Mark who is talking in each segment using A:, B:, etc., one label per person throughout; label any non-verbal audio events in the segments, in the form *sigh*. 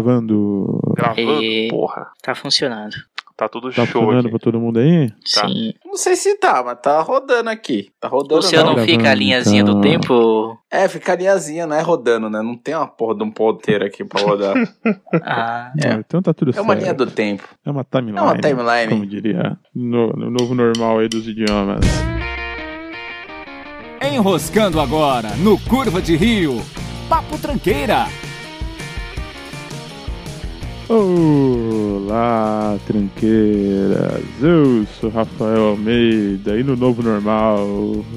A: Gravando.
B: Gravando,
C: E-
B: porra.
C: Tá funcionando.
B: Tá tudo
A: Tá
B: show
A: funcionando
B: aqui.
A: pra todo mundo aí?
B: Tá.
C: Sim.
D: Não sei se tá, mas tá rodando aqui. Tá rodando.
C: Você não
D: não.
A: gravando,
C: fica a linhazinha do
A: então.
C: tempo?
D: É, fica linhazinha, não é rodando, né? Não tem uma porra de um ponteiro aqui pra
A: *laughs*
D: rodar.
C: Ah,
D: É.
A: Ah, Então tá tudo
D: é uma
A: certo.
D: linha do tempo.
A: É uma timeline.
D: É uma timeline.
A: Como diria. No, no novo normal aí dos idiomas.
E: Enroscando agora no Curva de Rio. Papo Tranqueira.
A: Olá, tranqueiras. Eu sou Rafael Almeida e no novo normal,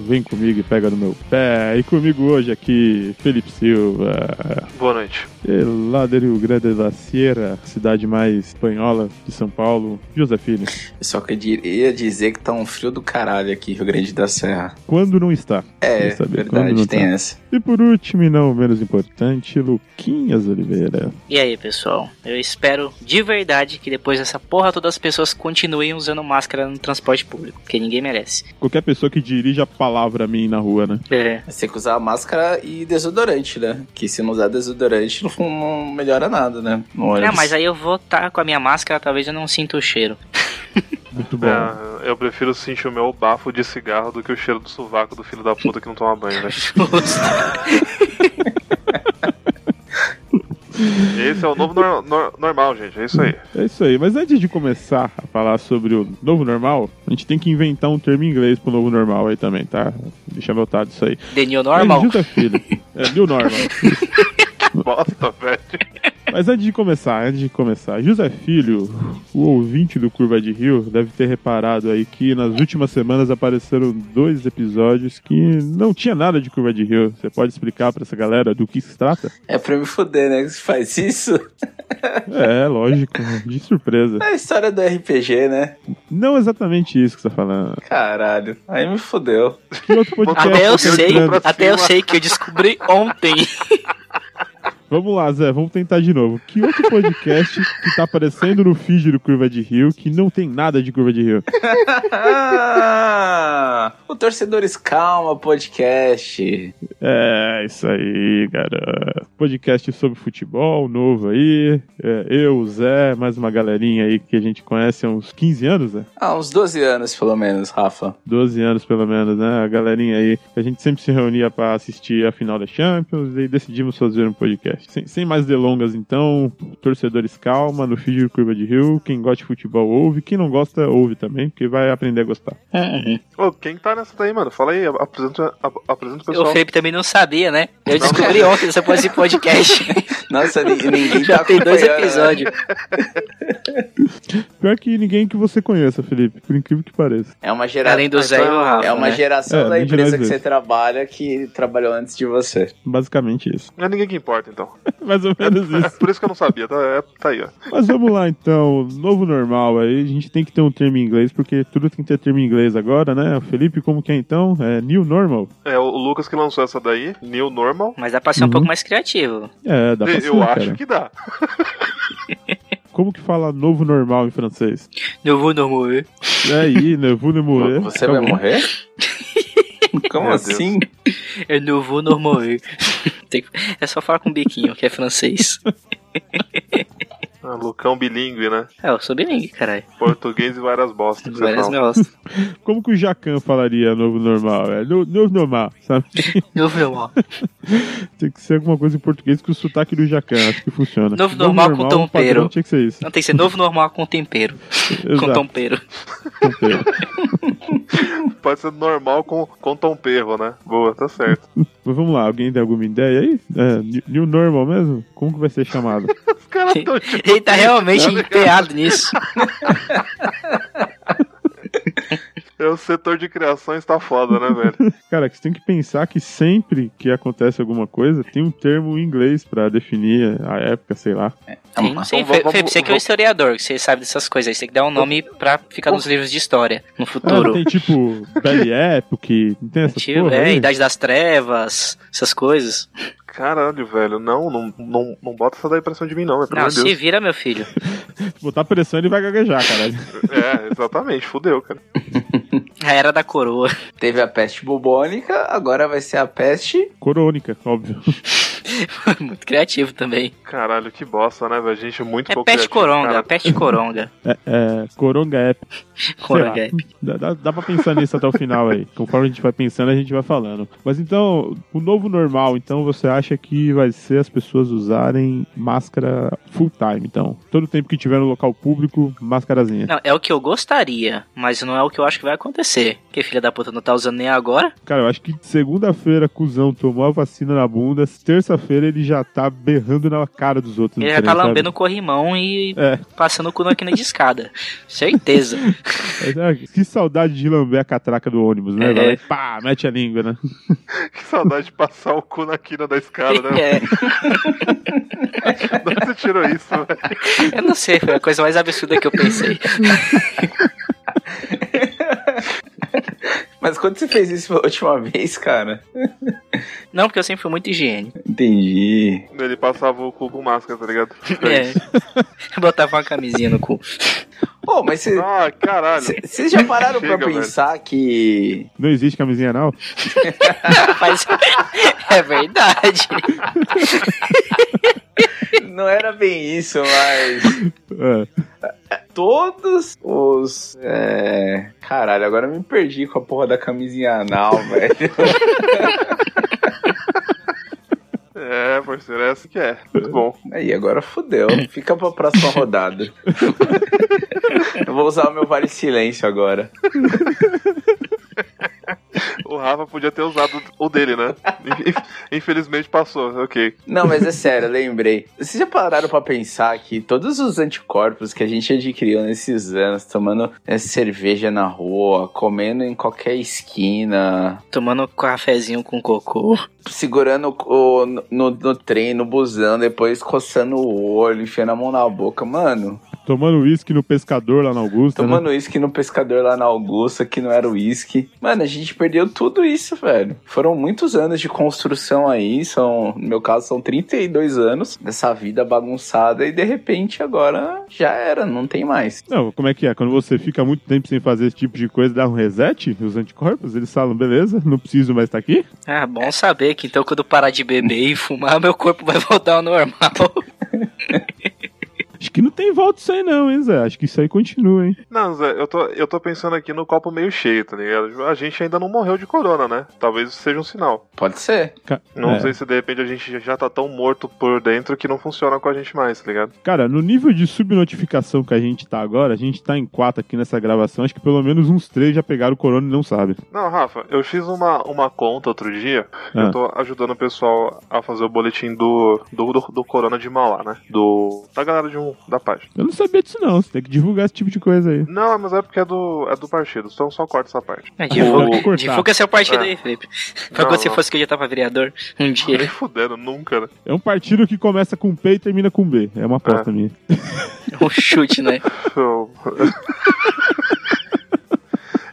A: vem comigo e pega no meu pé. E comigo hoje aqui, Felipe Silva.
B: Boa noite.
A: E lá do Rio Grande da Sierra, cidade mais espanhola de São Paulo, Josefine.
D: Eu só queria dizer que tá um frio do caralho aqui, Rio Grande da Serra.
A: Quando não está.
D: É,
A: Queria saber quando
D: verdade,
A: não
D: tem
A: tá.
D: essa.
A: E por último, e não menos importante, Luquinhas Oliveira.
C: e aí, pessoal? Eu espero de verdade que depois dessa porra todas as pessoas continuem usando máscara no transporte público, porque ninguém merece.
A: Qualquer pessoa que dirija a palavra a mim na rua, né?
C: É.
D: Mas tem que usar máscara e desodorante, né? Que se não usar desodorante, não, não melhora nada, né? No
C: Ah,
D: ônibus.
C: mas aí eu vou estar com a minha máscara, talvez eu não sinta
A: *laughs*
C: o cheiro.
A: Muito bom.
B: É, eu prefiro sentir o meu bafo de cigarro do que o cheiro do sovaco do filho da puta que não toma banho, né? velho. Esse é o novo nor- nor- normal, gente. É isso
A: *laughs*
B: aí.
A: É isso aí. Mas antes de começar a falar sobre o novo normal, a gente tem que inventar um termo em inglês pro novo normal aí também, tá? Deixa anotado isso aí.
C: The new normal?
A: Mas, *laughs* Josefine, é, New Normal.
B: Bosta, velho.
A: Mas antes de começar, antes de começar, José Filho, o ouvinte do Curva de Rio, deve ter reparado aí que nas últimas semanas apareceram dois episódios que não tinha nada de Curva de Rio. Você pode explicar pra essa galera do que se trata?
D: É pra me foder, né? Que Você faz isso. *laughs*
A: É, lógico, de surpresa.
D: É a história do RPG, né?
A: Não exatamente isso que você tá falando.
D: Caralho. Aí me fodeu.
A: Que outro podcast?
C: Até eu
A: você tá
C: sei,
A: entrando?
C: até eu sei que eu descobri
A: *laughs*
C: ontem.
A: Vamos lá, Zé, vamos tentar de novo. Que outro podcast que tá aparecendo no feed do Curva de Rio que não tem nada de Curva de Rio?
D: Ah, o Torcedores Calma podcast.
A: É, isso aí, cara. Podcast sobre futebol novo aí. É, eu, o Zé, mais uma galerinha aí que a gente conhece há uns 15 anos, né?
D: Ah, uns 12 anos, pelo menos, Rafa.
A: 12 anos pelo menos, né? A galerinha aí. A gente sempre se reunia pra assistir a final da Champions e decidimos fazer um podcast. Sem, sem mais delongas, então, torcedores calma, no feed do Curva de Rio. Quem gosta de futebol ouve, quem não gosta, ouve também, porque vai aprender a gostar. Uhum.
B: Ô, quem tá nessa daí, mano? Fala aí, ap- apresenta, ap- apresenta o
C: o
B: pessoal.
C: Felipe também não sabia, né? Eu descobri ontem essa porra
A: *laughs*
C: desse podcast. *laughs*
D: Nossa, ni- ninguém tá
C: Já tem dois
D: acompanhando, né?
C: episódios.
A: Pior que ninguém que você conheça, Felipe, por incrível que pareça.
D: É uma
C: Além
D: geração.
C: do Zé e o Rafa.
D: É uma
C: né?
D: geração
A: É,
D: da
A: além de
D: empresa
A: nós
D: que
A: dois.
D: você trabalha que trabalhou antes de você.
A: Basicamente isso. *laughs*
B: Não é ninguém que importa, então.
A: Mais ou
B: É,
A: menos isso.
B: é por isso que eu não sabia. Tá, é- tá aí, ó.
A: Mas vamos lá então, novo normal aí, a gente tem que ter um termo em inglês, porque tudo tem que ter termo em inglês agora, né? O Felipe, como que é então? É new normal?
B: É o Lucas que lançou essa daí, New Normal.
C: Mas dá pra ser um
A: Uhum.
C: pouco mais criativo.
A: É, dá pra ser,
B: eu acho
A: cara.
B: que dá.
A: Como que fala novo normal em francês?
C: Novo normal. hein?
A: É aí, né? Vous ne mourrez.
D: Você vai morrer? Como
B: Meu Deus.
D: assim?
C: É novo normal. hein? *laughs* Tem que- É só falar com o biquinho, que é francês.
B: Ah, Lucão bilíngue, né?
C: É, eu sou bilingue, caralho.
B: Português e várias bostas. que você
C: Várias
B: fala.
C: meus.
A: Como que o Jacan falaria novo normal? É no- novo normal, sabe?
C: Novo normal.
A: Tem que ser alguma coisa em português com o sotaque do Jacan, acho que funciona.
C: Novo normal com
A: o padrão
C: tompeiro.
A: Tinha que ser isso.
C: Não tem que ser novo normal com tempero. Com
A: Exato,
C: tompeiro.
A: tompeiro.
B: Pode ser normal com, com Tom Perro, né? Boa, tá certo.
A: Mas vamos lá, alguém tem alguma ideia aí? É, new- new normal mesmo? Como que vai ser chamado?
B: Os caras tão tipo.
C: Ele tá realmente empenhado nisso.
B: É, O setor de criação está foda, né,
C: *laughs*
B: velho?
A: Cara, que você tem que pensar que sempre que acontece alguma coisa, tem um termo em inglês pra definir a época, sei lá.
C: Sim, não sei,
B: vamos-
C: Felipe,
B: vamos-
C: você que é um historiador, que você sabe dessas coisas. Você tem que dar um nome pra ficar nos livros de história no
A: Ah, não
C: futuro.
A: tem tipo Belle Époque, não tem essas
C: Tipo,
A: porra
C: é,
A: aí?
C: Idade das Trevas, essas coisas.
B: Caralho, velho. Não, não, não, não bota essa daí pra cima de mim, não. É, pelo
C: Não,
B: amor de
C: se
B: Deus.
C: vira, meu filho.
A: Se botar pressão ele vai gaguejar, cara.
B: é exatamente. Fudeu, cara.
C: A era da coroa. *laughs*
D: Teve a peste bubônica, agora vai ser a peste.
A: Corônica, óbvio.
C: Muito criativo também.
B: Caralho, que bosta, né, velho? A gente é muito
C: É
B: pouco
C: peste
B: criativo,
C: coronga,
B: cara. *laughs*
C: peste coronga.
A: É, é, coronga é.
C: coronga. é.
A: Dá, dá, dá pra pensar nisso até o final aí. Conforme a gente vai pensando, a gente vai falando. Mas então, o novo normal, então, você acha que vai ser as pessoas usarem máscara full time, então? Todo tempo que tiver no local público, máscarazinha.
C: Não, é o que eu gostaria, mas não é o que eu acho que vai acontecer. Porque filha da puta não tá usando nem agora.
A: Cara, eu acho que segunda-feira, cuzão tomou a vacina na bunda, terça-feira ele já tá berrando na cara dos outros.
C: Ele
A: no
C: já tá
A: trem, sabe?
C: lambendo o corrimão e
A: É.
C: passando o cu aqui na escada. Certeza.
A: Mas, ah, Que saudade de lamber a catraca do ônibus, né?
C: É.
A: velho? Pá, mete a língua, né?
B: Que saudade de passar o cu na quina da escada, né?
C: É,
B: De onde é você tirou isso, velho?
C: eu não sei, foi a coisa mais absurda que eu pensei.
D: Mas quando você fez isso pela última vez, cara?
C: Não, porque eu sempre fui muito higiênico.
D: Entendi.
B: Ele passava o cu com máscara, tá ligado? Fica
C: *laughs* É.
B: isso.
C: Botava uma camisinha no cu.
D: Pô, mas você.
B: Ah, caralho.
D: Vocês já pararam pra
B: Chega, velho.
D: pensar que.
A: Não existe camisinha, não?
C: Mas *laughs* é verdade.
D: Não era bem isso, mas.
A: É.
D: Todos os. É... Caralho, agora eu me perdi com a porra da camisinha anal, *laughs* velho.
B: É, parceiro, é essa que é. Muito bom.
D: Aí, agora fodeu. Fica pra próxima rodada. eu vou usar o meu vale silêncio agora.
B: O Rafa podia ter usado o dele,
C: *laughs*
B: né? Inf- Infelizmente passou, ok.
D: Não, mas é sério, eu lembrei. Vocês já pararam pra pensar que todos os anticorpos que a gente adquiriu nesses anos, tomando é, cerveja na rua, comendo em qualquer esquina,
C: Tomando um cafezinho com cocô.
D: segurando o, o- no, no trem, no busão, depois coçando o olho, enfiando a mão na boca, mano.
A: Tomando uísque no pescador lá na Augusta, né?
D: Tomando uísque no pescador lá na Augusta, que não era uísque. Mano, a gente perdeu tudo isso, velho. Foram muitos anos de construção aí, são, no meu caso, são 32 anos dessa vida bagunçada e de repente agora já era, não tem mais.
A: Não, como é que é? Quando você fica muito tempo sem fazer esse tipo de coisa, dá um reset, os anticorpos, eles falam, beleza, não preciso mais estar aqui.
C: Ah, bom saber que então quando eu parar de beber e fumar, meu corpo vai voltar ao normal.
A: Acho que não tem volta isso aí não, hein, Zé? Acho que isso aí continua, hein?
B: Não, Zé, eu tô, eu tô pensando aqui no copo meio cheio, tá ligado? A gente ainda não morreu de corona, né? Talvez isso seja um sinal.
D: Pode ser.
A: Ca-
B: Não
A: é.
B: sei se de repente a gente já tá tão morto por dentro que não funciona com a gente mais, tá ligado?
A: Cara, no nível de subnotificação que a gente tá agora, a gente tá em quatro aqui nessa gravação, acho que pelo menos uns três já pegaram o corona e não sabem.
B: Não, Rafa, eu fiz uma, uma conta outro dia.
A: Ah.
B: Eu tô ajudando o pessoal a fazer o boletim do, do, do, do Corona de Mauá, né? Do. Da galera de um, da página.
A: Eu não sabia disso não, você tem que divulgar esse tipo de coisa aí.
B: Não, mas é porque é do, é do partido, então só corta essa parte.
C: É, divulga,
A: vou cortar.
C: divulga seu partido
B: É.
C: aí, Felipe. Pra
B: Não,
C: quando você
B: não.
C: fosse que eu já tava vereador um
B: Nem
A: *laughs*
C: dia.
B: fudendo, nunca, né?
A: É um partido que começa com P e termina com B, é uma aposta
C: Ah.
A: minha.
C: Um chute, né?
B: Eu- *laughs*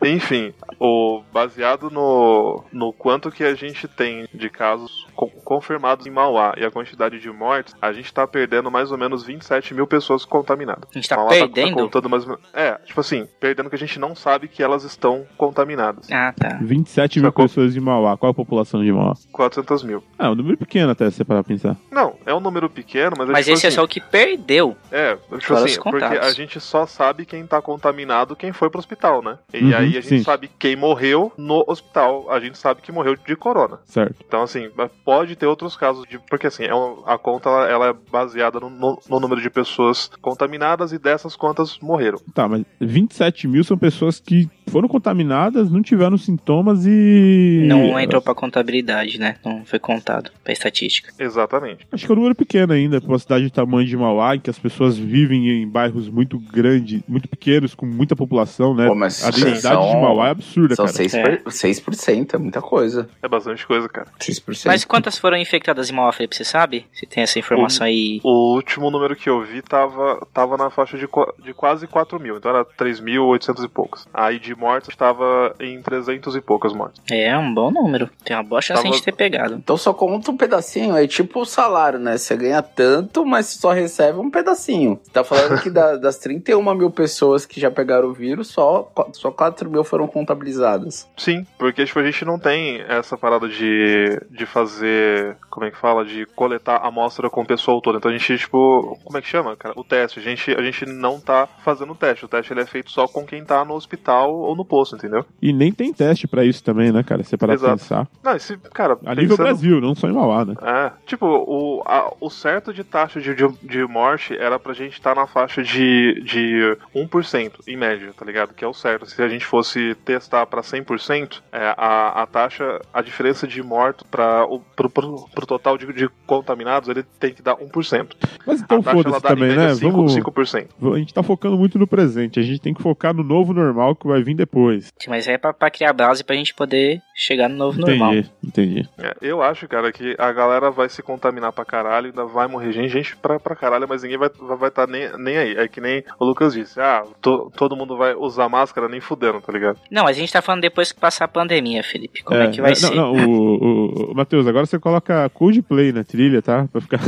B: Enfim, o, baseado no, no quanto que a gente tem de casos co- confirmados em Mauá e a quantidade de mortes, a gente tá perdendo mais ou menos 27 mil pessoas contaminadas.
C: A gente tá
B: Mauá
C: perdendo?
B: contando mais ou menos- É, tipo assim, perdendo que a gente não sabe que elas estão contaminadas.
C: Ah, tá.
A: 27 mil
B: Sacou?
A: pessoas de Mauá, qual a população de Mauá?
B: 400 mil.
A: Ah, é um número pequeno até, se você parar pra pensar.
B: Não, é um número pequeno, mas é
C: Mas
B: tipo
C: esse é
B: assim,
C: só o que perdeu.
B: É, tipo
C: Fora os
B: assim, porque
C: contatos.
B: a gente só sabe quem tá contaminado quem foi pro hospital, né? E
A: Uhum,
B: aí a gente
A: sim.
B: sabe quem morreu no hospital. A gente sabe que morreu de corona.
A: Certo.
B: Então, assim, mas pode ter outros casos de. Porque assim, é um- a conta ela, ela é baseada no, no- no número de pessoas contaminadas e dessas quantas morreram.
A: Tá, mas 27 mil são pessoas que foram contaminadas, não tiveram sintomas e.
C: Não é entrou pra contabilidade, né? Não foi contado pra estatística.
B: Exatamente.
A: Acho que é um número pequeno ainda, pra uma cidade do tamanho de Mauá, em que as pessoas vivem em bairros muito grandes, muito pequenos, com muita população, né?
D: Pô, mas
A: A densidade
D: são-
A: de Mauá é absurda,
D: São
A: cara.
D: 6%,
C: É.
D: por- 6% é muita coisa.
B: É bastante coisa, cara.
D: 6%.
C: Mas quantas foram foram infectadas em Mauá, Felipe? Você sabe? Se tem essa informação aí.
B: O último número que eu vi tava, tava na faixa de, qua- de quase 4 mil, então era 3.800 e poucos. Aí de mortes estava em 300 e poucas mortes.
C: É um bom número. Tem uma boa chance de a
B: Tava-
C: gente ter pegado.
D: Então só conta um pedacinho, é tipo o salário, né? Você ganha tanto, mas só recebe um pedacinho. Você Tá falando que da- das 31 mil pessoas que já pegaram o vírus, só, qu- só 4 mil foram contabilizadas.
B: Sim, porque tipo, a gente não tem essa parada de, de fazer, como é que fala, de coletar amostra com o pessoal todo. Então a gente, tipo, como é que chama, cara? O teste. A gente, a gente não tá fazendo o teste. O teste ele é feito só com quem tá no hospital ou no posto, entendeu?
A: E nem tem teste pra isso também, né, cara? Se você parar pra
B: Exato.
A: pensar.
B: Não, esse, cara,
A: A nível
B: pensando-
A: Brasil, não só em Mauá, né?
B: É, tipo, o, a- o certo de taxa de, de, de morte era pra gente estar na faixa de, de 1%, em média, tá ligado? Que é o certo. Se a gente fosse testar pra 100%, é, a, a taxa, a diferença de morto para o pro, pro, pro total de, de contaminados, ele tem que dar 1%.
A: Mas então
B: a taxa ela
A: foda-se
B: dá
A: também,
B: em média
A: né?
B: 5,
A: Vamos,
B: 5%.
A: vamos- A gente tá focando muito no presente. A gente tem que focar no novo normal que vai vir depois.
C: Mas é pra, pra criar base pra gente poder chegar no novo normal.
A: Entendi, entendi.
B: É, eu acho, cara, que a galera vai se contaminar pra caralho, ainda vai morrer gente, gente pra, pra caralho, mas ninguém vai estar vai tá nem, nem aí. É que nem o Lucas disse, ah, to- todo mundo vai usar máscara nem fudendo, tá ligado?
C: Não, mas a gente tá falando depois que passar a pandemia, Felipe. Como é, que vai
A: não,
C: ser?
A: Não, o, o, o Matheus, agora você coloca Coldplay na trilha, tá? Pra ficar,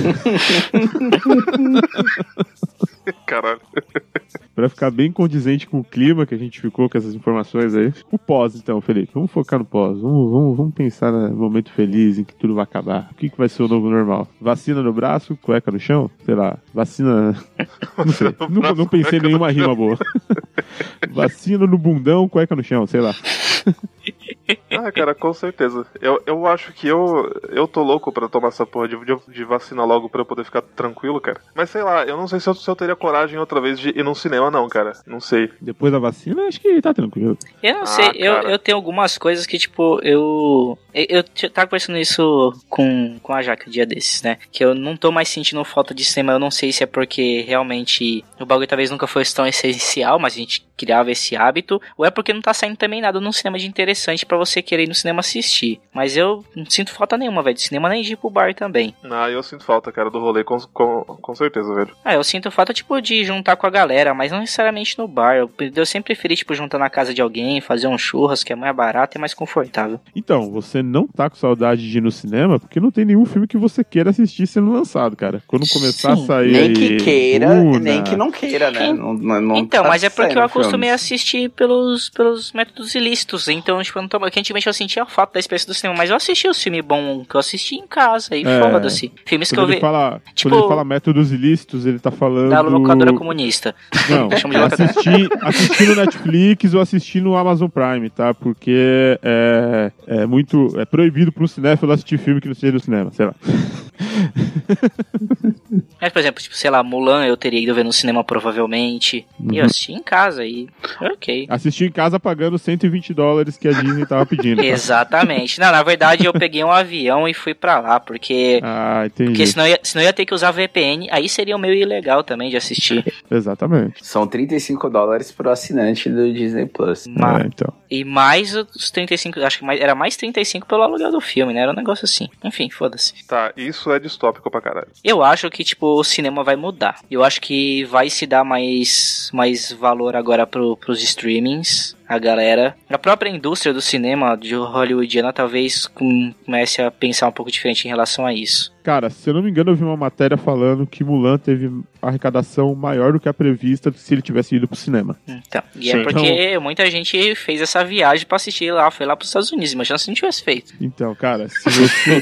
B: Caralho.
A: pra ficar bem condizente com o clima que a gente ficou com essas informações aí. O pós, então, Felipe. Vamos focar no pós. Vamos, vamos, vamos pensar no momento feliz em que tudo vai acabar. O que, que vai ser o novo normal? Vacina no braço, cueca no chão? Sei lá. Vacina. *laughs* Não
B: *laughs*
A: sei.
B: no
A: Nunca,
B: braço,
A: não pensei em
B: cueca no
A: nenhuma rima
B: *laughs*
A: boa. Vacina no bundão, cueca no chão, sei lá.
B: Ah, cara, com certeza. Eu, eu acho que eu, eu tô louco pra tomar essa porra de, de, de vacina logo pra eu poder ficar tranquilo, cara. Mas sei lá, eu não sei se eu, se eu teria coragem outra vez de ir num cinema, não, cara. Não sei.
A: Depois da vacina, acho que tá tranquilo.
C: Eu não
B: Ah,
C: sei, eu,
B: cara.
C: eu tenho algumas coisas que, tipo, eu. Eu, eu t- tava conversando isso com, com a Jaque um dia desses, né? Que eu não tô mais sentindo falta de cinema. Eu não sei se é porque realmente o bagulho talvez nunca fosse tão essencial, mas a gente criava esse hábito. Ou é porque não tá saindo também nada num cinema de interessante pra você querer ir no cinema assistir. Mas eu não sinto falta nenhuma, velho, de cinema nem de ir pro bar também.
B: Ah, eu sinto falta, cara, do rolê, com, com, com certeza, velho.
C: Ah, eu sinto falta, tipo, de juntar com a galera, mas não necessariamente no bar. Eu, eu sempre preferi, tipo, juntar na casa de alguém, fazer um churras, que é mais barato e mais confortável.
A: Então, você não tá com saudade de ir no cinema porque não tem nenhum filme que você queira assistir sendo lançado, cara. Quando começar
C: Sim.
A: a sair.
D: Nem que queira,
A: Duna,
D: nem que não queira, né?
C: Sim.
D: Não- não- não
C: Então,
D: tá
C: mas é porque
D: saindo
C: eu acostumei a
D: filmes.
C: assistir pelos, pelos métodos ilícitos. Então, tipo, eu não tô... que antigamente eu sentia falta da experiência do cinema. Mas eu assisti os filmes bons que eu assisti em casa. E
A: É.
C: foda-se. Filmes que
A: Quando
C: eu
A: ele,
C: vi
A: fala,
C: Tipo-
A: quando ele fala métodos ilícitos, ele tá falando.
C: da locadora comunista.
A: Não,
C: *laughs* Chama de locadora.
A: assisti, assisti no Netflix ou assisti no Amazon Prime, tá? Porque é, é muito. É proibido pro cinéfilo assistir filme que não seja no cinema, sei lá.
C: Mas, por exemplo, tipo, sei lá, Mulan eu teria ido ver no cinema provavelmente. E eu
A: Uhum.
C: assisti em casa. E.
A: *laughs*
C: Ok.
A: Assisti em casa pagando 120 dólares que a Disney tava pedindo. tá?
C: Exatamente. Não, na verdade eu peguei um avião e fui pra lá. Porque.
A: Ah, entendi.
C: Porque senão eu ia, senão eu ia ter que usar VPN, aí seria o meio ilegal também de assistir.
A: Exatamente.
D: São 35 dólares pro assinante do Disney Plus.
C: Mas,
A: É, então.
C: E mais os 35, acho que mais, era mais 35 pelo aluguel do filme, né? Era um negócio assim. Enfim, foda-se.
B: Tá, isso é distópico pra caralho.
C: Eu acho que, tipo, o cinema vai mudar. Eu acho que vai se dar mais, mais valor agora pro, pros streamings, a galera. A própria indústria do cinema de hollywoodiana talvez com- comece a pensar um pouco diferente em relação a isso.
A: Cara, se eu não me engano, eu vi uma matéria falando que Mulan teve arrecadação maior do que a prevista se ele tivesse ido pro cinema.
C: Então, e é
B: Sim.
C: porque muita gente fez essa viagem pra assistir lá, foi lá pros Estados Unidos, imagina se não tivesse feito.
A: Então, cara, se você.
B: *laughs*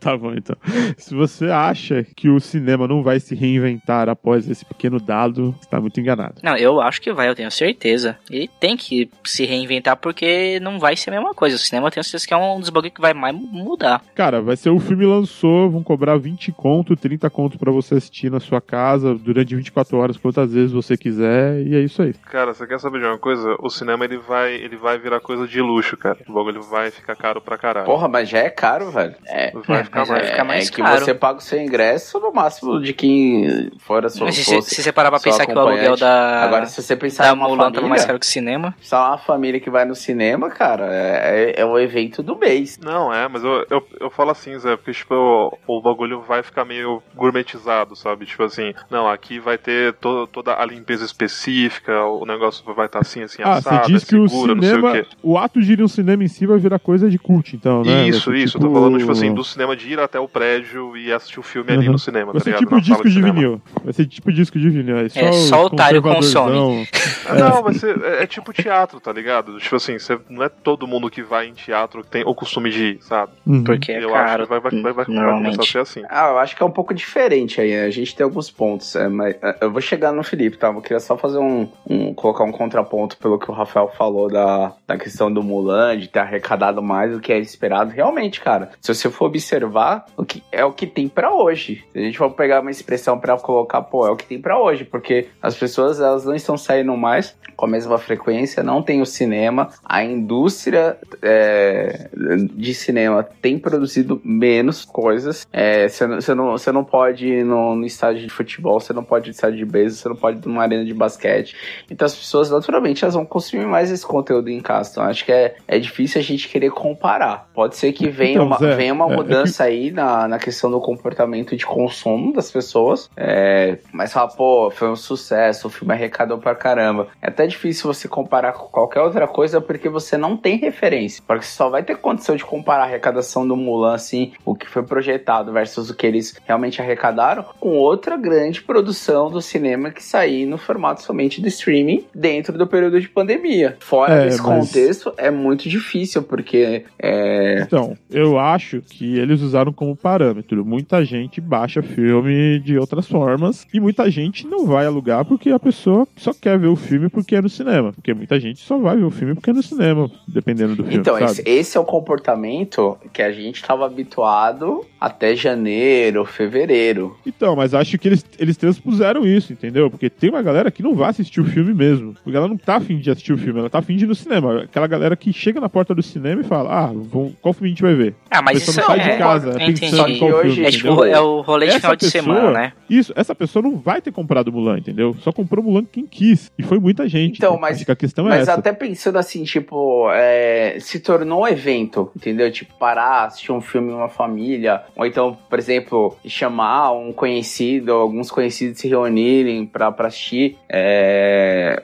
A: tá bom, então. Se você acha que o cinema não vai se reinventar após esse pequeno dado, você tá muito enganado.
C: Não, eu acho que vai, eu tenho certeza. Ele tem que se reinventar porque não vai ser a mesma coisa. O cinema eu tenho certeza que é um dos bagulhos que vai mais mu- mudar.
A: Cara, vai ser o filme lançou, vão cobrar 20 conto, 30 conto pra você assistir na sua casa durante 24 horas, quantas vezes você quiser, e é isso aí.
B: Cara, você quer saber de uma coisa? O cinema ele vai, ele vai virar coisa de luxo, cara. O bagulho vai ficar caro pra caralho.
D: Porra, mas já é caro, velho. É.
B: Vai
C: É,
B: ficar
C: mas
B: mais.
C: vai ficar mais
D: é que
C: caro.
D: você paga o seu ingresso no máximo de quem fora sua
C: Mas se, se você tá parar pra
D: só
C: pensar que o aluguel
D: acompanhante.
C: da,
D: Agora, se você pensar
C: da
D: em uma
C: Mulan tava
D: família-
C: tá mais caro que o cinema, Caramba.
D: Só uma família que vai no cinema, cara, é, é o evento do mês.
B: Não, é, mas eu, eu, eu falo assim, Zé, porque, tipo, o, o bagulho vai ficar meio gourmetizado, sabe? Tipo assim, não, aqui vai ter to, toda a limpeza específica, o negócio vai estar assim, assim,
A: Ah,
B: assado,
A: você diz
B: é
A: que o
B: seguro, não
A: cinema,
B: sei o quê.
A: o ato de ir em um cinema em si vai virar coisa de culto, então, né?
B: isso, isso, eu tô falando, tipo assim, do cinema de ir até o prédio e assistir o filme ali
A: Uhum.
B: no cinema,
A: Vai
B: tá
A: ser
B: ligado?
A: tipo
B: Na sala
A: disco de
B: cinema.
A: vinil. Vai ser tipo disco de vinil. Aí só,
C: É, só
A: os
C: otário
A: conservadorzão.
B: Ah, Não, vai ser. É, é tipo teatro, tá ligado? Tipo assim, você, não é todo mundo que vai em teatro que tem o costume de ir, sabe?
A: Uhum.
C: Porque é
B: eu acho
C: caro.
B: que vai,
D: hum,
B: vai, vai, vai começar a
C: normalmente.
B: ser assim.
D: Ah, eu acho que é um pouco diferente aí. né? A gente tem alguns pontos, é, mas é, eu vou chegar no Felipe, tá? Eu queria só fazer um, um- colocar um contraponto pelo que o Rafael falou da, da questão do Mulan, de ter arrecadado mais do que é esperado. Realmente, cara, se você for observar, o que é o que tem pra hoje. Se a gente for pegar uma expressão pra colocar, pô, é o que tem pra hoje, porque as pessoas elas não estão saindo mais com a mesma frequência, não tem o cinema, a indústria é, de cinema tem produzido menos coisas. É, Você não- você não, você não pode ir no, no estádio de futebol, você não pode ir no estádio de beisebol, você não pode ir numa arena de basquete. Então as pessoas, naturalmente, elas vão consumir mais esse conteúdo em casa. Então acho que é, é difícil a gente querer comparar. Pode ser que venha
A: Então,
D: uma,
A: Zé,
D: venha uma
A: é, é
D: mudança aí na, na questão do comportamento de consumo das pessoas. É, mas fala, pô, foi um sucesso, o filme arrecadou pra caramba. É até difícil você comparar com qualquer outra coisa porque você não tem referência. Porque você só vai ter condição de comparar a arrecadação do Mulan, assim, o que foi projetado versus o que eles realmente arrecadaram, com outra grande produção do cinema que sair no formato somente do streaming dentro do período de pandemia. Fora
A: É,
D: desse
A: mas-
D: contexto, é muito difícil porque é,
A: Então, eu acho que eles usaram como parâmetro. Muita gente baixa filme de outras formas e muita gente não vai alugar porque a pessoa só quer ver o filme porque é no cinema. Porque muita gente só vai ver o filme porque é no cinema, dependendo do filme,
D: Então,
A: sabe?
D: esse, esse é o comportamento que a gente estava habituado até janeiro, fevereiro.
A: Então, mas acho que eles, eles transpuseram isso, entendeu? Porque tem uma galera que não vai assistir o filme mesmo. Porque ela não tá afim de assistir o filme, ela tá afim de ir no cinema. Aquela galera que chega na porta do cinema e fala, ah, vamos- qual filme a gente vai ver?
C: Ah, mas
A: a pessoa
C: isso
A: não sai
C: é.
A: de casa
C: entendi.
A: pensando em qual
D: Só que
A: filme,
D: hoje-
C: É
A: entendeu?
C: tipo, é o rolê de
A: Essa
C: final de
A: pessoa-
C: semana, né?
A: Isso, essa pessoa não vai ter comprado Mulan, entendeu? Só comprou Mulan quem quis. E foi muita gente.
D: Então,
A: Acho
D: mas-
A: que a questão é
D: Mas
A: essa.
D: até pensando assim, tipo, é, se tornou um evento, entendeu? Tipo, parar, assistir um filme em uma família, ou então, por exemplo, chamar um conhecido, alguns conhecidos se reunirem pra, pra assistir. é,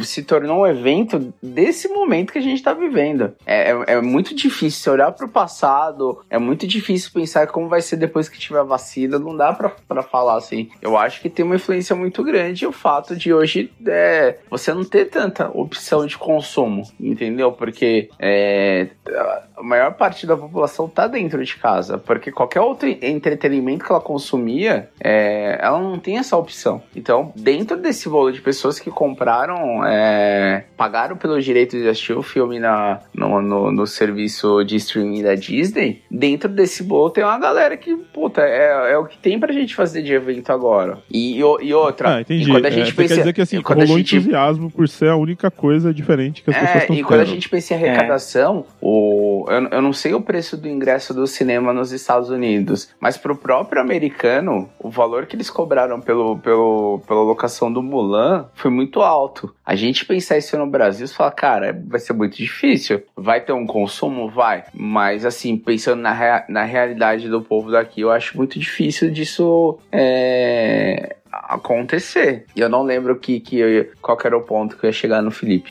D: se tornou um evento desse momento que a gente tá vivendo. É, é, é muito difícil você olhar pro passado, é muito difícil pensar como vai ser depois que tiver a vacina, não dá pra, pra falar assim. Eu acho que tem uma influência muito grande o fato de hoje é, você não ter tanta opção de consumo, entendeu? Porque é, a maior parte da população tá dentro de casa, porque qualquer outro entretenimento que ela consumia, é, ela não tem essa opção. Então, dentro desse bolo de pessoas que compraram, é, pagaram pelo direito de assistir o filme na, no, no- no serviço de streaming da Disney, dentro desse bolo tem uma galera que, puta, é, é o que tem pra gente fazer de evento agora. E, e o- e outra,
A: Ah, entendi.
D: e quando a
A: É,
D: gente
A: você
D: pensa...
A: quer dizer que assim,
D: e quando a
A: rolou
D: gente-
A: entusiasmo por ser a única coisa diferente que as pessoas
D: É,
A: estão
D: e quando a
A: tendo.
D: gente pensa em arrecadação, o, eu, eu não sei o preço do ingresso do cinema nos Estados Unidos, mas pro próprio americano, o valor que eles cobraram pelo, pelo, pela locação do Mulan foi muito alto. A gente pensar isso no Brasil, você fala, cara, vai ser muito difícil. Vai ter um consumo? Vai. Mas, assim, pensando na, rea- na realidade do povo daqui, eu acho muito difícil disso é, acontecer. E eu não lembro que, que eu- qual que era o ponto que eu ia chegar no Felipe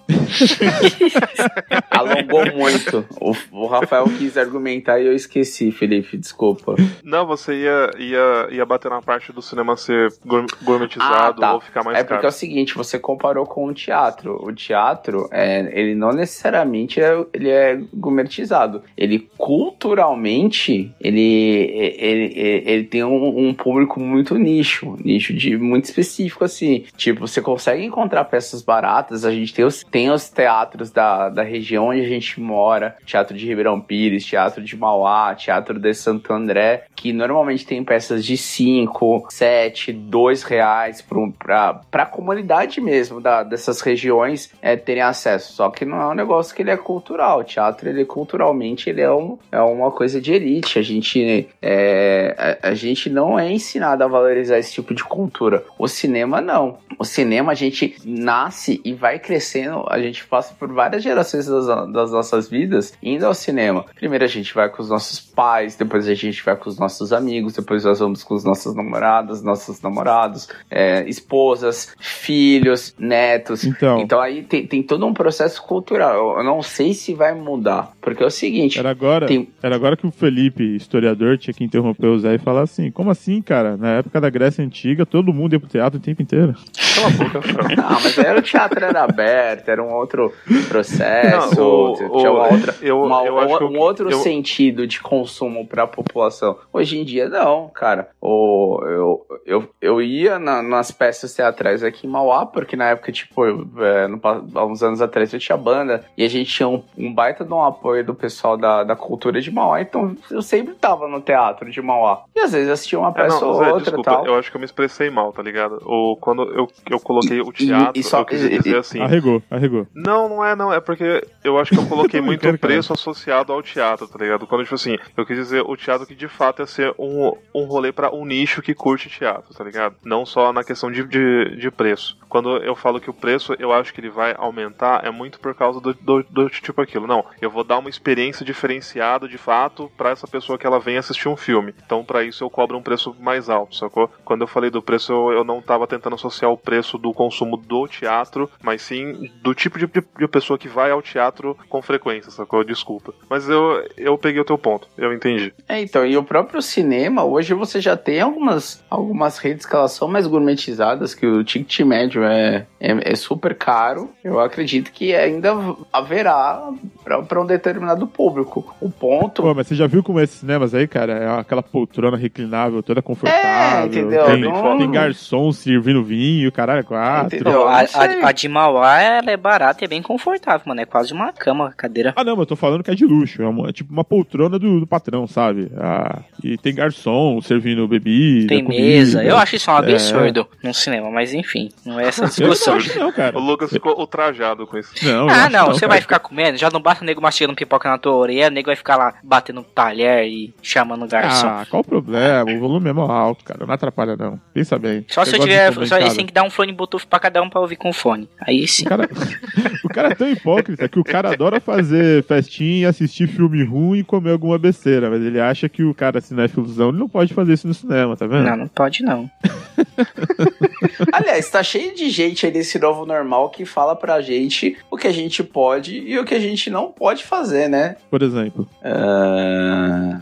D: alongou muito. O, o Rafael quis argumentar e eu esqueci, Felipe, desculpa.
B: Não, você ia, ia, ia bater na parte do cinema ser gour- gourmetizado
D: Ah, tá.
B: ou ficar mais
D: é porque
B: caro.
D: é o seguinte, você comparou com o teatro. O teatro, é, ele não necessariamente é, ele é gourmetizado. Ele culturalmente, ele, ele, ele, ele tem um, um público muito nicho, nicho de muito específico assim. Tipo, você consegue encontrar peças baratas. A gente tem os, tem os teatros da, da região onde a gente mora, teatro de Ribeirão Pires, teatro de Mauá, teatro de Santo André, que normalmente tem peças de 5, 7, 2 reais pro- pra, pra comunidade mesmo da, dessas regiões é, terem acesso. Só que não é um negócio que ele é cultural. O teatro, ele culturalmente, ele é, um, é uma coisa de elite. A gente, é, a, a gente não é ensinado a valorizar esse tipo de cultura. O cinema, não. O cinema, a gente nasce e vai crescendo. A gente passa por várias gerações das, das nossas vidas indo ao cinema. Primeiro a gente vai com os nossos pais, depois a gente vai com os nossos amigos, depois nós vamos com os nossos namoradas, nossos namorados, é, esposas, filhos, netos.
A: Então,
D: Então aí tem, tem todo um processo cultural. Eu não sei se vai mudar. Porque é o seguinte.
A: era agora,
D: tem-
A: era agora que o Felipe, historiador, tinha que interromper o Zé e falar assim: como assim, cara? Na época da Grécia Antiga, todo mundo ia pro teatro o tempo inteiro.
B: Cala a boca, *laughs* Fran.
D: Ah, mas aí era o teatro era aberto, era um outro processo,
B: Não, o-
D: tinha uma
B: o-
D: outra,
B: eu-
D: uma-
B: eu acho que
D: um
B: eu-
D: outro
B: eu-
D: sentido de consumo para a população. Hoje em dia não, cara. O, eu, eu, eu ia na- nas peças teatrais aqui em Mauá, porque na época, tipo, eu, é, no pa- há uns anos atrás eu tinha banda e a gente tinha um, um baita de um apoio do pessoal da, da cultura de Mauá, então eu sempre tava no teatro de Mauá. E às vezes eu assistia uma
B: É,
D: peça
B: não,
D: ou
B: Zé,
D: outra
B: desculpa,
D: tal.
B: eu acho que eu me expressei mal, tá ligado? Ou quando eu, eu coloquei o
D: e- e
B: teatro,
D: só-
B: eu quis
D: e- e-
B: dizer assim.
A: Arregou, arregou.
B: Não, não é, não. É porque eu acho que eu
A: *laughs*
B: coloquei
A: Tô
B: muito
A: brincando, cara.
B: preço associado ao teatro, tá ligado? Quando, tipo assim, eu quis dizer o teatro que de fato ia ser um, um rolê pra um nicho que curte teatro, tá ligado? Não só na questão de, de, de preço. Quando eu falo que o preço eu acho que ele vai aumentar, é muito por causa do, do, do tipo aquilo. Não, eu vou dar uma experiência diferenciada de fato pra essa pessoa que ela vem assistir um filme. Então, pra isso, eu cobro um preço mais alto, sacou? Quando eu falei do preço, eu, eu não tava tentando associar o preço do consumo do teatro, mas sim do tipo de, de- de pessoa que vai ao teatro com frequência, sacou? Desculpa. Mas eu, eu peguei o teu ponto, eu entendi.
D: É, então, e o próprio cinema, hoje você já tem algumas, algumas redes que elas são mais gourmetizadas, que o ticket médio é, é, é super caro. Eu acredito que ainda haverá para um determinado público.
A: *laughs*
D: O ponto
A: Pô, mas você já viu como é esses cinemas aí, cara? É aquela poltrona reclinável, toda confortável.
D: É, entendeu?
A: Tem,
D: Não-
A: tem garçom servindo vinho, caralho, quatro.
D: Entendeu?
C: Não,
D: Eu
C: a,
D: não sei.
C: a, a de Mauá ela é barata e é bem confortável, mano. É quase uma cama, cadeira.
A: Ah, não, mas eu tô falando que é de luxo. É, uma- é tipo uma poltrona do, do patrão, sabe? Ah, e tem garçom servindo bebida.
C: Tem
A: comida.
C: mesa. Eu acho isso um
A: É.
C: absurdo num cinema, mas enfim, não é essa
A: Eu
C: discussão.
A: não acho, não, cara.
B: O Lucas ficou ultrajado com isso.
A: Não, eu
C: Ah,
A: acho
C: não, você
A: cara.
C: vai ficar comendo? Já não basta o nego mastigando pipoca na tua orelha, o nego vai ficar lá batendo talher e chamando o garçom.
A: Ah, qual o problema? O volume é mó alto, cara. Não atrapalha, não. Pensa bem.
C: só se
A: Negócio
C: eu
A: de
C: tiver.
A: comer em
C: Só eles
A: casa.
C: têm que dar um fone Bluetooth pra cada um pra ouvir com fone. Aí sim.
A: O cara, *laughs* o cara é tão hipócrita que o cara adora fazer festinha, assistir filme ruim e comer alguma besteira, mas ele acha que o cara cinéfilozão ele não pode fazer isso no cinema, tá vendo?
C: Não, não pode não.
D: Aliás, tá cheio de gente aí desse novo normal que fala pra gente o que a gente pode e o que a gente não pode fazer, né?
A: Por exemplo.
D: Ah.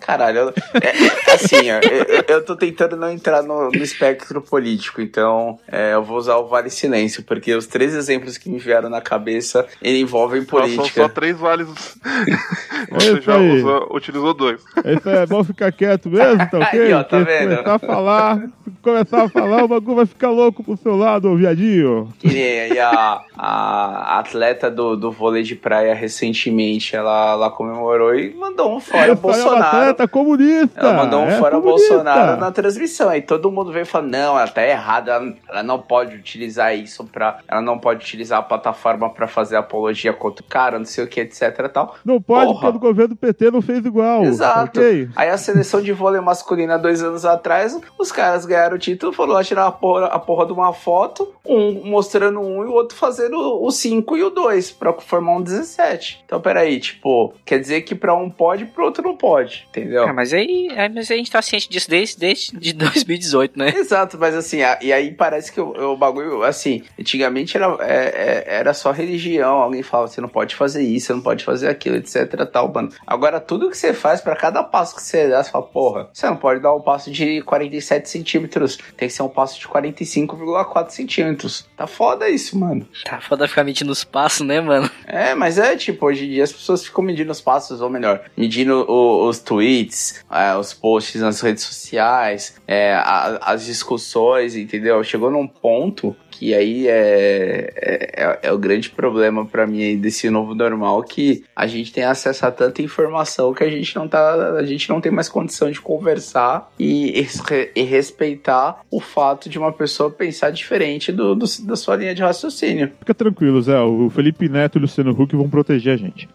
D: Caralho, eu- é- é assim, ó, eu, eu tô tentando não entrar no, no espectro político, então é, eu vou usar o vale silêncio, porque os três exemplos que me vieram na cabeça ele envolvem
B: Só- São só
D: política.
B: três vales.
A: Olha
B: Você já
A: isso aí.
B: usou- utilizou dois.
A: Aí eu falei, é bom ficar quieto mesmo,
D: *laughs*
A: tá ok?
D: Aí, ó, tá
A: Porque se
D: vendo?
A: Começar a falar, se começar a falar, o bagulho vai ficar louco pro seu lado, ô viadinho.
D: Que nem aí a, a atleta do, do vôlei de praia recentemente, ela, ela comemorou e mandou um fora
A: Essa aí é uma
D: Bolsonaro.
A: atleta comunista.
D: Ela mandou um
A: é
D: fora
A: comunista.
D: Bolsonaro na transmissão. Aí todo mundo veio falando: não, ela tá errada, ela, ela não pode utilizar isso pra. Ela não pode utilizar a plataforma pra fazer apologia contra o cara, não sei o que, etc e tal.
A: Não pode,
D: Porra.
A: porque o governo PT não fez igual. tá
D: Exato.
A: ok?
D: Aí a seleção de vôlei masculina dois anos atrás, os caras ganharam o título, foram lá tirar a porra, a porra de uma foto, um mostrando um e o outro fazendo o 5 e o 2, pra formar um 17. Então peraí, tipo, quer dizer que pra um pode, pro outro não pode,
B: Então.
D: entendeu?
C: Ah, mas aí, aí- mas aí a gente tá ciente disso desde, desde de *laughs* 2018, né?
D: Exato, mas assim, a- e aí parece que o, o bagulho, assim, antigamente era, é- é- era só religião, alguém falava, você não pode fazer isso, você não pode fazer aquilo, etc, tal, mano. Agora, tudo que você faz, pra cada passo que você dá, você fala, porra, você não pode dar um passo de 47 centímetros, tem que ser um passo de 45,4 centímetros. outros. Tá foda isso, mano.
C: Tá foda ficar medindo os passos, né, mano?
D: É, mas é tipo, hoje em dia as pessoas ficam medindo os passos, ou melhor, medindo o- os tweets, é, os posts nas redes sociais, é, a- as discussões, entendeu? Chegou num ponto que aí é, é, é- é o grande problema pra mim aí desse novo normal que a gente tem acesso a tanta informação que a gente não tá, a gente não tem mais condição de conversar e, es- e respeitar o fato de uma pessoa pensar diferente do- do, da sua linha de raciocínio.
A: Fica tranquilo, Zé. O Felipe Neto e o Luciano Huck vão proteger a gente.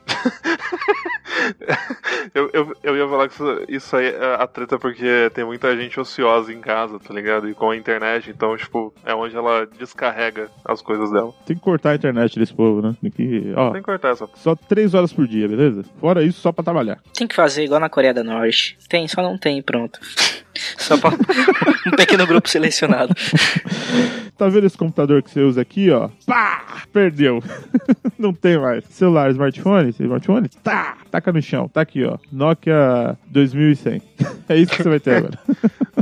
B: Eu, eu, eu ia falar que isso, isso aí é a treta porque tem muita gente ociosa em casa, tá ligado? E com a internet, então, tipo, é onde ela descarrega as coisas dela.
A: Tem que cortar a internet desse povo, né? Tem que, ó,
B: Tem que cortar essa.
A: só três horas por dia, beleza? Fora isso, só pra trabalhar.
C: Tem que fazer igual na Coreia do Norte. Tem, só não tem, pronto. *laughs* Só pra um pequeno grupo selecionado.
A: Tá vendo esse computador que você usa aqui, ó? Pá! Perdeu. *laughs* Não tem mais. Celular, smartphone, smartphone? Tá! Taca no chão. Tá aqui, ó. Nokia 2100. *laughs* É isso que você vai ter
B: *laughs*
A: agora.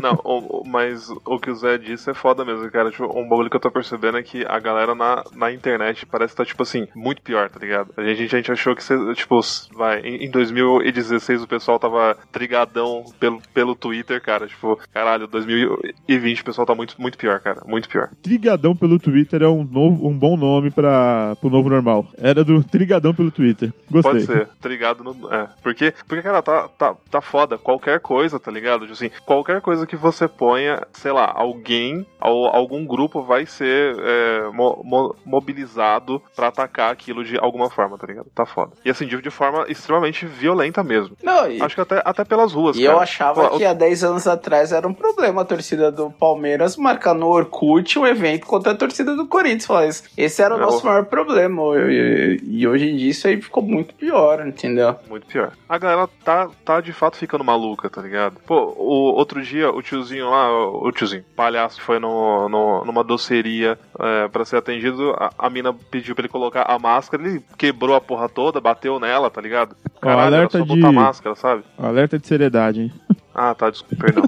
B: Não, o- o- mas o que o Zé disse é foda mesmo, cara. Tipo, um bagulho que eu tô percebendo é que a galera na, na internet parece que tá, tipo assim, muito pior, tá ligado? A gente, a gente achou que, cê- tipo, s- vai, em, em 2016 o pessoal tava trigadão pelo, pelo Twitter, cara. Tipo, caralho, 2020 o pessoal tá muito, muito pior, cara. Muito pior.
A: Trigadão pelo Twitter é um, novo, um bom nome para pro novo normal. Era do Trigadão pelo Twitter. Gostei.
B: Pode ser, tá ligado? No, é. Porque, porque, cara, tá, tá, tá foda. Qualquer coisa, tá ligado? Tipo Assim, qualquer coisa que você ponha, sei lá, alguém, ou algum grupo vai ser é, mo- mo- mobilizado pra atacar aquilo de alguma forma, tá ligado? Tá foda. E assim, de, de forma extremamente violenta mesmo.
D: Não, e,
B: Acho que até, até pelas ruas,
D: e
B: cara.
D: eu achava
B: Pô,
D: que há 10 anos atrás era um problema a torcida do Palmeiras marcar no Orkut um evento contra a torcida do Corinthians. Falar isso. Esse era o
B: Não.
D: nosso maior problema. E, e- e hoje em dia isso aí ficou muito pior, entendeu?
B: Muito pior. A galera tá, tá de fato ficando maluca, tá ligado? Pô, o outro dia, o tiozinho lá, o tiozinho, palhaço, foi no, no- numa doceria é, pra ser atendido. A, a mina pediu pra ele colocar a máscara, ele quebrou a porra toda, bateu nela, tá ligado? Caralho, era
A: alerta
B: só
A: de-
B: botar máscara, sabe?
A: Alerta de seriedade, hein?
B: Ah, tá,
A: *laughs*
B: desculpa, perdão.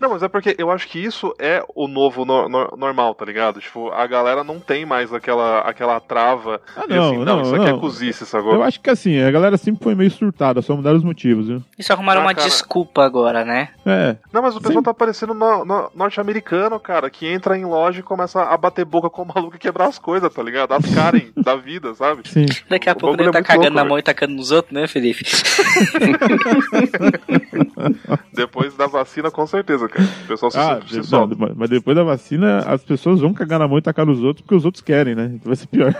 B: Não, mas é porque eu acho que isso é o novo no- no- normal, tá ligado? Tipo, a galera não tem mais aquela, aquela trava.
A: Ah,
B: de
A: não,
B: assim,
A: não,
B: isso aqui
A: não.
B: é cozice,
A: Eu
B: sacou?
A: acho que assim, a galera sempre foi meio surtada, só mudaram os motivos, viu?
C: E só arrumaram
B: Ah,
C: uma
B: cara.
C: desculpa agora, né?
A: É,
B: Não, mas o pessoal
A: Sim.
B: tá parecendo no- no- norte-americano, cara, que entra em loja e começa a bater boca com o maluco e quebrar as coisas, tá ligado? As
A: *laughs*
B: Karen da vida, sabe?
A: sim.
C: Daqui a
B: O
C: pouco
B: bagulho
C: ele
B: é
C: tá
B: muito
C: cagando
B: louco,
C: na
B: velho.
C: mão e tacando nos outros, né, Felipe?
B: Depois da vacina, com certeza, cara. O pessoal se,
A: Ah,
B: se
A: de-
B: solta.
A: não, mas depois da vacina, as pessoas vão cagar na mão e tacar nos outros porque os outros querem, né? Então vai ser pior.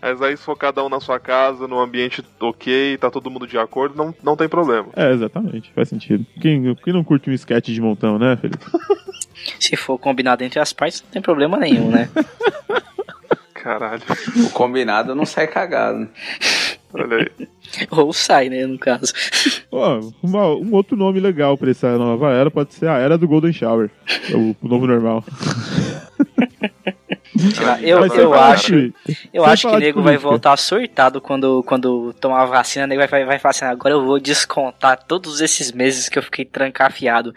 B: Mas aí, se for cada um na sua casa, num ambiente ok, tá todo mundo de acordo, não, não tem problema.
A: *laughs* É, exatamente, faz sentido. Quem, quem não curte um esquete de montão, né, Felipe?
C: Se for combinado entre as partes, não tem problema nenhum, *laughs* né?
B: Caralho, *laughs*
D: O combinado não sai cagado.
B: olha aí.
C: Ou sai, né, no caso.
A: Ó, uma- um outro nome legal pra essa nova era pode ser a era do Golden Shower. É o, o novo normal.
C: Sei lá, eu,
A: Mas
B: Mas
A: sem
C: eu
A: falar
C: acho.
A: de-
C: Eu
A: Sem
C: acho que
A: falar
C: o
A: de
C: nego vai
A: política.
C: voltar surtado quando, quando tomar a vacina. O nego vai, vai, vai falar assim: agora eu vou descontar todos esses meses que eu fiquei trancafiado.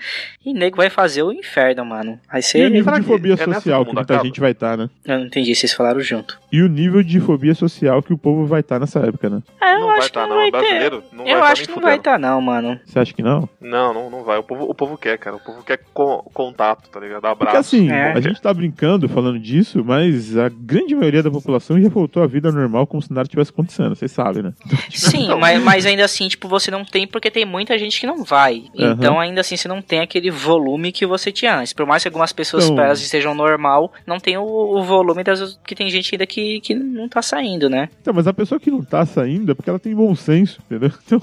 C: E o nego vai fazer o inferno, mano.
A: E
C: Vai
A: o
C: ser.
A: nível
B: Será
A: de
B: que
A: fobia
B: é nessa
A: social
B: que o
A: que
B: mundo
A: muita
B: acaba?
A: gente vai estar, né?
C: Eu não entendi, vocês falaram junto.
A: E o nível de fobia social que o povo vai estar nessa época, né?
C: Ah, eu
B: não vai
C: acho que
B: tá,
C: não
B: não.
C: vai ter.
B: Brasileiro não vai
C: Eu
B: tá
C: acho
B: nem
C: que não
B: fudendo.
C: vai estar, não, mano.
A: Você acha que não?
B: Não, não, não vai. O povo, o povo quer, cara. O povo quer co- contato, tá ligado?
A: Porque
B: Abraço.
A: assim,
C: É.
A: a gente tá brincando falando disso, mas a grande maioria da população já voltou à vida normal como se nada tivesse acontecendo, vocês sabem, né?
C: Sim, mas, mas ainda assim, tipo, você não tem porque tem muita gente que não vai.
A: Aham.
C: Então, ainda assim, você não tem aquele volume que você tinha antes. Por mais que algumas pessoas,
A: Então-
C: pra elas estejam normal, não tem o, o volume das que tem gente ainda que, que não tá
A: *laughs*
C: saindo, né?
A: Então, mas a pessoa que não tá saindo é porque ela tem bom senso, entendeu? *laughs* Então,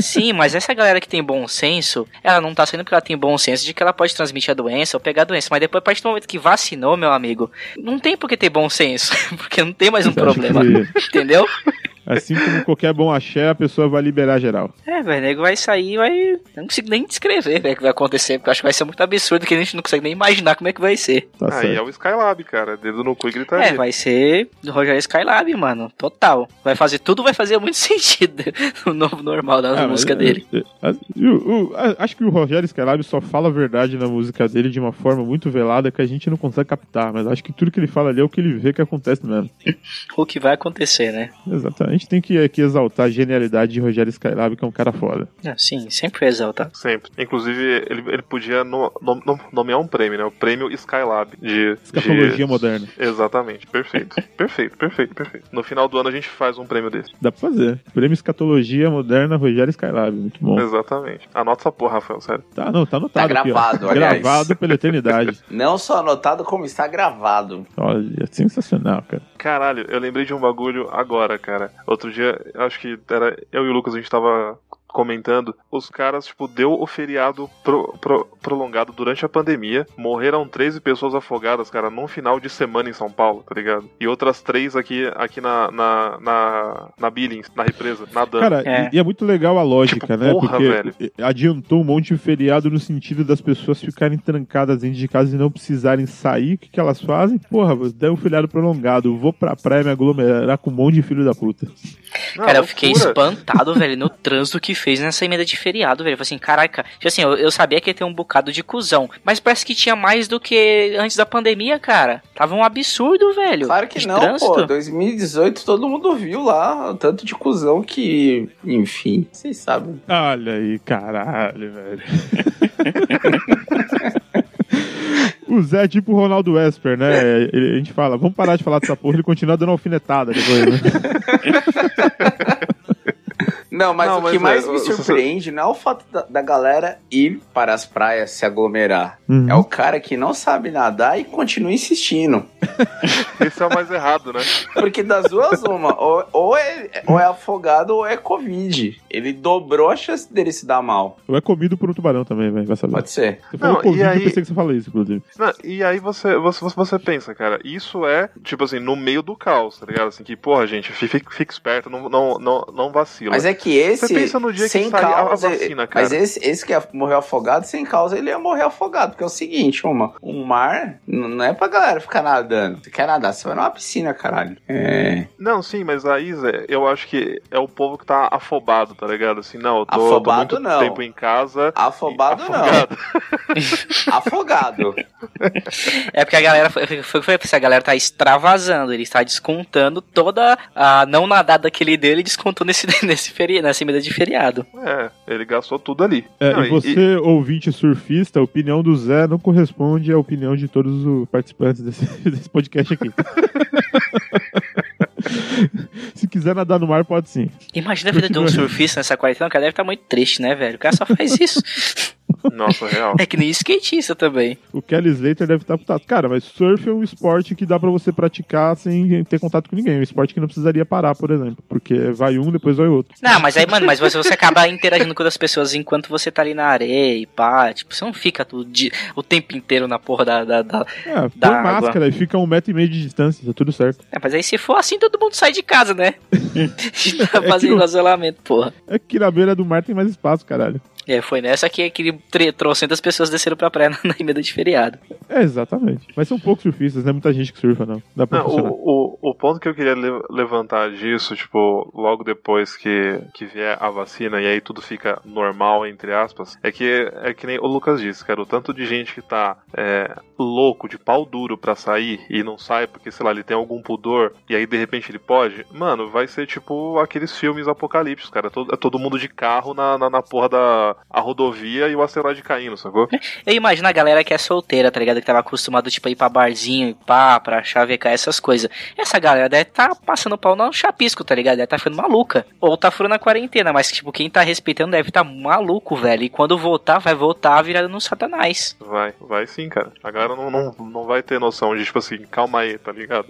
C: Sim, mas essa galera que tem bom senso, ela não tá saindo porque ela tem bom senso de que ela pode transmitir a doença ou pegar a doença. Mas depois, a partir do momento que vacinou, meu amigo, não tem por que ter bom senso. *laughs* Porque não tem mais um
A: você acha
C: problema.
A: que-
C: Entendeu?
A: Assim como qualquer bom axé, a pessoa vai liberar geral.
C: É, velho, nego vai sair e vai. Eu não consigo nem descrever, velho, o que vai acontecer, porque eu acho que vai ser muito absurdo que a gente não consegue nem imaginar como é que vai ser.
A: Tá
B: Aí é
A: certo.
B: o Skylab, cara. Dedo no cu e gritaria.
C: É, vai ser do Roger Skylab, mano. Total. Vai fazer tudo, vai fazer muito *laughs* sentido. O novo normal da
A: Ah, mas,
C: música
A: é,
C: dele.
A: é, a- e o- o- a- acho que o Rogério Skylab só fala a verdade na música dele de uma forma muito velada que a gente não consegue captar, mas acho que tudo que ele fala ali é o que ele vê que acontece mesmo.
C: O que vai acontecer, né?
A: Exatamente. A gente tem que aqui exaltar a genialidade de Rogério Skylab, que é um cara foda.
C: Ah, Sim, sempre foi exaltado.
B: Sempre. Inclusive, ele, ele podia no- nom- nom- nomear um prêmio, né? O prêmio Skylab. De,
A: Escapologia
B: de-
A: moderna. *laughs*
B: Exatamente. Perfeito. perfeito, perfeito, perfeito. No final do ano a gente faz um prêmio desse.
A: Dá pra fazer. Prêmio Escatologia Moderna Rogério Skylab. Muito
B: Tá
A: bom.
B: Exatamente. Anota essa porra, Rafael, sério.
A: Tá, não, tá anotado
D: Tá
A: aqui,
D: gravado,
A: ó.
D: aliás.
A: Gravado pela
B: *laughs*
A: eternidade.
D: Não só anotado, como está gravado.
A: Olha, sensacional, cara.
B: Caralho, eu lembrei de um bagulho agora, cara. Outro dia, acho que era eu e o Lucas, a gente tava comentando, os caras, tipo, deu o feriado pro- pro- prolongado durante a pandemia, morreram 13 pessoas afogadas, cara, num final de semana em São Paulo, tá ligado? E outras três aqui, aqui na, na, na, na Billings, na represa, nadando.
A: Cara,
C: É.
A: e, e é muito legal a lógica,
B: Tipo,
A: né?
B: porra,
A: Porque
B: velho.
A: adiantou um monte de feriado no sentido das pessoas ficarem trancadas dentro de casa e não precisarem sair. O que, que elas fazem? Porra, dá um feriado prolongado, vou pra praia me aglomerar com um monte de filho da puta.
B: Não,
C: cara, eu
B: Ah, loucura.
C: fiquei *laughs* espantado, velho, no trânsito que fez nessa emenda de feriado, velho. Eu falei assim, caraca, tipo assim, eu, eu sabia que ia ter um bocado de cuzão, mas parece que tinha mais do que antes da pandemia, cara. Tava um absurdo, velho.
D: Claro que
C: de
D: não,
C: trânsito.
D: pô. 2018 todo mundo viu lá, o tanto de cuzão que, enfim, vocês sabem.
A: Olha aí, caralho, velho. O Zé é tipo o Ronaldo Esper, né? Ele- A gente fala, vamos parar de falar dessa porra, ele continua dando alfinetada depois, né?
D: Não, mas
B: Não,
D: o
B: mas
D: que
B: é,
D: mais me
B: eu- eu-
D: surpreende não é o fato da, da galera ir para as praias se aglomerar.
A: Uhum.
D: É o cara que não sabe nadar e continua insistindo.
B: Esse é o mais errado, né?
D: Porque
B: *laughs*
D: das duas, uma, ou, ou é, ou é afogado ou é Covid. Ele dobrou a chance dele se dar mal.
A: Ou é comido por um tubarão também, velho. Vai saber.
D: Pode ser.
A: Você falou
B: Não, e
A: Covid, eu
B: aí-
A: pensei que você falou isso, inclusive.
B: Não, e aí você, você, você- você pensa, cara, isso é, tipo assim, no meio do caos, tá ligado? Assim, que, porra, gente, fi- fica, fica esperto, não, não, não, não vacila.
D: Mas é que esse.
B: Você pensa no dia que
D: sem
B: sair a- a
D: causa,
B: vacina, cara.
D: Mas esse, esse que é morreu afogado, sem causa, ele ia morrer afogado. Porque é o seguinte, uma, o mar n- não é pra galera ficar nadando. Você quer nadar, você vai numa piscina, caralho. É.
B: Não, sim, mas aí, Zé, eu acho que é o povo que tá afobado, tá ligado? Assim, não, eu tô, tô
D: Afobado,
B: muito
D: não.
B: tempo em casa.
D: Afobado
B: afogado.
D: não. Afogado.
C: É porque a galera foi, foi, foi, foi a galera tá extravasando, ele está descontando toda a não nadada que ele deu, ele descontou nesse, *laughs* nesse feri, nessa emenda de feriado.
B: É, ele gastou tudo ali.
A: É,
B: Não,
A: e você, ouvinte surfista, a opinião do Zé não corresponde à opinião de todos os participantes desse, *laughs* desse podcast aqui. Se quiser nadar no mar, pode sim.
C: Imagina a vida de um surfista nessa quarentena, o cara deve estar muito triste, né, velho? O cara só faz isso.
B: Nossa, real.
C: É que nem skatista também.
A: O Kelly Slater deve estar putado. Cara, mas surf é um esporte que dá pra você praticar sem ter contato com ninguém. Um esporte que não precisaria parar, por exemplo. Porque vai um, depois vai outro.
C: Não, mas aí, mano, mas você, você acaba interagindo com outras pessoas enquanto você tá ali na areia e pá, tipo, você não fica o, dia- o tempo inteiro na porra da, da, da-
A: É, põe
C: Dá água.
A: máscara e fica a um metro e meio de distância, tá tudo certo.
C: É, mas aí se for assim, todo mundo sai de casa, né? *laughs* tá
A: É que
C: fazendo
A: o-
C: isolamento, porra.
A: É que na beira do mar tem mais espaço, caralho.
C: É, foi nessa que aquele tre- trocentas pessoas desceram pra praia *laughs* na, na emenda de feriado.
A: É, exatamente. Mas são poucos surfistas, não é muita gente que surfa, não. Dá pra
B: Não,
A: funcionar.
B: Ah, o, o, o ponto que eu queria le- levantar disso, tipo, logo depois que, que vier a vacina e aí tudo fica normal, entre aspas, é que é que nem o Lucas disse, cara, o tanto de gente que tá é, louco, de pau duro pra sair e não sai porque, sei lá, ele tem algum pudor e aí de repente ele pode, mano, vai ser tipo aqueles filmes apocalípticos, cara, todo, é todo mundo de carro na, na, na porra da a rodovia e o asteroide caindo, sacou?
C: Eu imagino a galera que é solteira, tá ligado? Que tava acostumado, tipo, a ir pra barzinho e pá, pra chavecar essas coisas. Essa galera deve tá passando pau no chapisco, tá ligado? Deve tá ficando maluca. Ou tá furando a quarentena, mas, tipo, quem tá respeitando deve tá maluco, velho. E quando voltar, vai voltar virado no satanás.
B: Vai, vai sim, cara. A galera não, não, não vai ter noção de, tipo assim, *laughs* calma aí, tá ligado?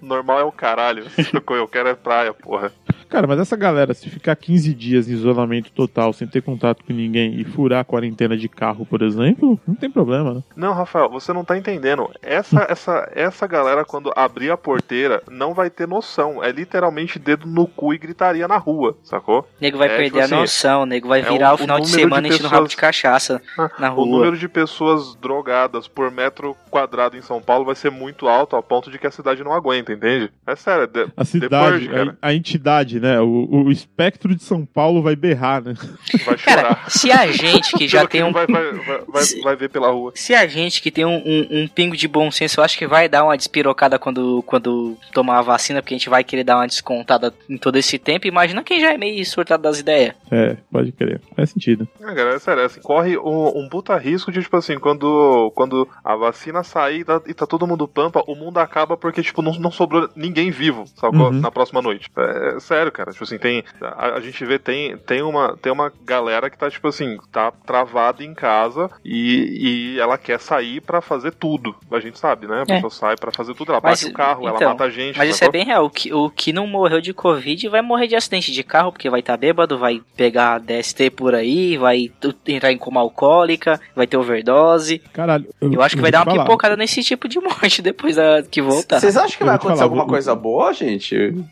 B: Normal é o caralho. sacou? Eu quero é praia, porra.
A: Cara, mas essa galera, se ficar 15 dias em isolamento total, sem ter contato com ninguém e furar a quarentena de carro, por exemplo, não tem problema, né?
B: Não, Rafael, você não tá entendendo. Essa, essa, essa galera, quando abrir a porteira, não vai ter noção. É literalmente dedo no cu e gritaria na rua, sacou?
C: O nego vai
B: É,
C: perder
B: tipo assim,
C: a noção, o nego vai
B: é
C: virar
B: o-
C: o final
B: o
C: de
B: número de
C: semana enchendo o rabo
B: pessoas- Ah,
C: de cachaça na
B: O
C: rua.
B: número de pessoas drogadas por metro quadrado em São Paulo vai ser muito alto, ao ponto de que a cidade não aguenta, entende? É sério. de-
A: A
B: Depois,
A: cidade,
B: cara.
A: a, a entidade, né? O, o espectro de São Paulo vai berrar, né?
C: *laughs*
B: vai chorar.
C: Cara, se a gente
B: *laughs*
C: que já
B: Pelo
C: tem um.
B: vai, vai, vai,
C: *laughs*
B: vai,
C: Se-
B: vai ver pela rua.
C: Se a gente que tem um, um- um pingo de bom senso, eu acho que vai dar uma despirocada quando, quando tomar a vacina, porque a gente vai querer dar uma descontada em todo esse tempo. Imagina quem já é meio surtado das ideias.
A: É, pode crer. Faz sentido.
B: É, cara, é sério, é assim, corre um, um puta risco de, tipo assim, quando, quando a vacina sair e tá, e tá todo mundo pampa, o mundo acaba porque, tipo, não, não sobrou ninguém vivo, sacou?
A: Uhum.
B: Na próxima noite. É, é sério, cara, tipo assim, tem, a, a gente vê, tem, tem, uma, tem uma galera que tá, tipo assim, tá travada em casa e, e ela quer sair pra fazer tudo, a gente sabe, né? A
C: É.
B: pessoa sai pra fazer tudo, ela
C: Mas,
B: bate o carro, ela
C: então,
B: mata a gente,
C: Mas isso é
B: sacou?
C: bem real. O que, o que não morreu de Covid vai morrer de acidente de carro, porque vai estar bêbado, vai pegar DST por aí, vai tu- entrar em coma alcoólica, vai ter overdose.
A: Caralho.
C: Eu acho que vai dar uma
A: falar.
C: pipocada nesse tipo de *laughs* morte depois da, que voltar.
D: Vocês acham que
A: Eu
D: vai
A: vou te
D: acontecer
A: falar,
D: alguma
A: vou-
D: coisa boa, gente?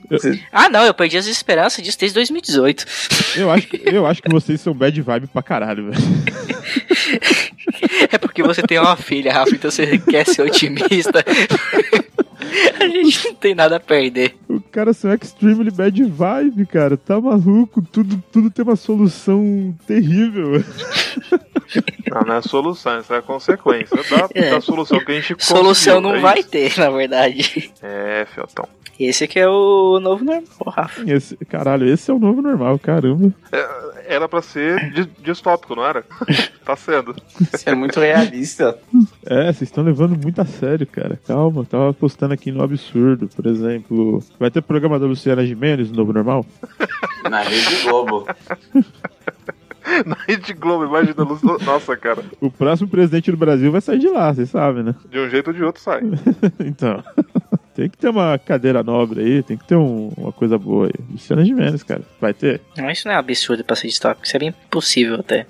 C: Ah, não, eu perdi as esperanças disso desde 2018.
A: Eu acho, que- eu acho que vocês são bad vibe pra caralho, velho.
C: É porque você tem uma filha, Rafa, então você quer ser otimista. *laughs* A gente não tem nada a perder.
A: O cara são extremely bad vibe, cara. Tá maluco. Tudo, tudo tem uma solução terrível.
B: Não, não é solução, isso é
C: *laughs*
B: consequência da,
C: É.
B: da solução que a gente
C: Solução
B: conseguiu,
C: não
B: é
C: vai
B: isso.
C: ter, na verdade.
B: É, Fiotão.
C: Esse que é o novo normal, Rafa.
A: Esse, caralho, esse é o novo normal, caramba.
B: Era pra ser di- distópico, não era? tá sendo.
D: Isso é muito realista.
A: É, vocês estão levando muito a sério, cara. Calma, eu tava postando aqui no absurdo, por exemplo. Vai ter programa da Luciana Gimenez no novo normal?
D: Na Rede Globo.
B: Na Rede Globo, imagina. a luz- Nossa, cara.
A: O próximo presidente do Brasil vai sair de lá, vocês sabem, né?
B: De um jeito ou de outro sai.
A: Então. *laughs* Tem que ter uma cadeira nobre aí, tem que ter um- uma coisa boa aí. Luciana Gimenez, cara. Vai ter?
C: Não, isso não é um absurdo pra ser distópico, isso é bem possível até.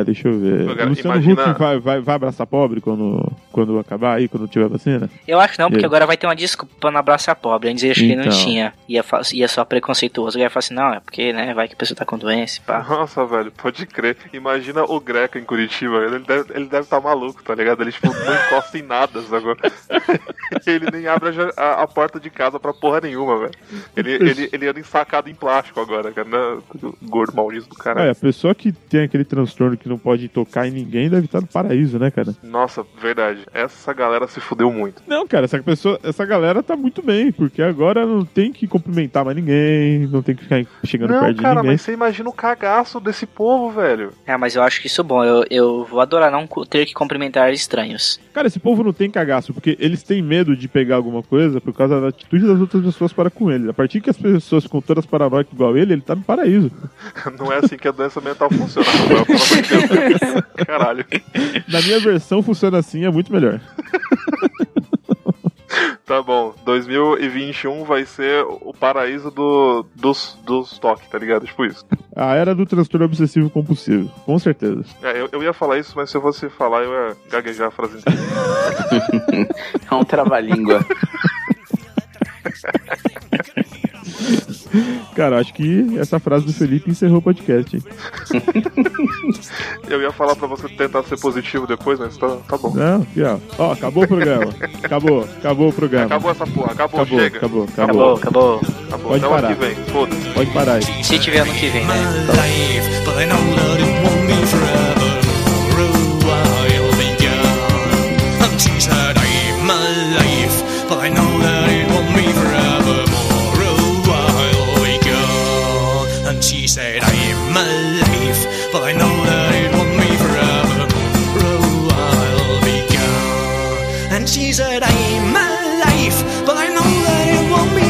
A: É, deixa eu ver.
B: Pô, cara,
A: Luciano
B: imagina-
A: Huck vai, vai, vai abraçar pobre quando, quando acabar aí, quando tiver vacina?
C: Eu acho não, porque
A: E-
C: agora vai ter uma desculpa pra não abraçar pobre. Antes eu acho que não
A: Então.
C: tinha. Ia, fa- ia só preconceituoso. Agora ia falar assim, não, é porque, né, vai que a pessoa tá com doença, e pá.
B: Nossa, velho, pode crer. Imagina o Greco em Curitiba. Ele deve ele deve tá maluco, tá ligado? Ele, tipo, não encosta em nada, agora. *laughs* ele nem abre a, ja- a- a porta de casa pra porra nenhuma, velho. Ele, ele, ele anda ensacado em plástico agora, cara. né? Gordo maldito do cara.
A: Olha, a pessoa que tem aquele transtorno que não pode tocar em ninguém deve estar no paraíso, né, cara?
B: Nossa, verdade. Essa galera se fudeu muito.
A: Não, cara, essa pessoa, essa galera tá muito bem, porque agora não tem que cumprimentar mais ninguém, não tem que ficar chegando
B: Não,
A: perto
B: cara,
A: de ninguém.
B: mas você imagina o cagaço desse povo, velho.
C: Ah, mas eu acho que isso é bom. Eu, eu vou adorar não cu- ter que cumprimentar estranhos.
A: Cara, esse povo não tem cagaço, porque eles têm medo de pegar alguma coisa por causa da atitude das outras pessoas para com ele. A partir que as pessoas ficam todas paranoicas igual ele, ele tá no paraíso.
B: *laughs* Não é assim que a doença mental funciona, Rafael. pelo amor de Deus. Caralho.
A: Na minha versão funciona assim, é muito melhor.
B: Tá bom. 2021 vai ser o paraíso do, dos, dos toques, tá ligado? Tipo isso.
A: A era do transtorno obsessivo compulsivo, com certeza.
B: É, eu, eu ia falar isso, mas se eu fosse falar, eu ia gaguejar a frase inteira.
D: É um trava-língua.
A: Cara, acho que essa frase do Felipe encerrou o podcast. hein?
B: Eu ia falar pra você tentar ser positivo depois, mas tá, tá bom.
A: Não, aqui, ó. Ó, acabou o programa. Acabou, acabou o programa.
B: Acabou essa porra, acabou,
A: Acabou,
B: chega.
A: acabou,
C: Acabou,
A: acabou.
C: acabou.
B: acabou.
A: Pode
B: Até o ano
A: parar.
B: que vem. Foda-se.
A: Pode parar aí.
C: Se tiver ano que vem, né?
F: life, but I know that it won't be forever. For a while be gone. I'm since that I've my life, but I know that it won't be forever. For a while be gone. And she said, I've my life, but I know that it won't be forever. For a while be gone. And she said, I'm my life, but I know that it won't be Oh,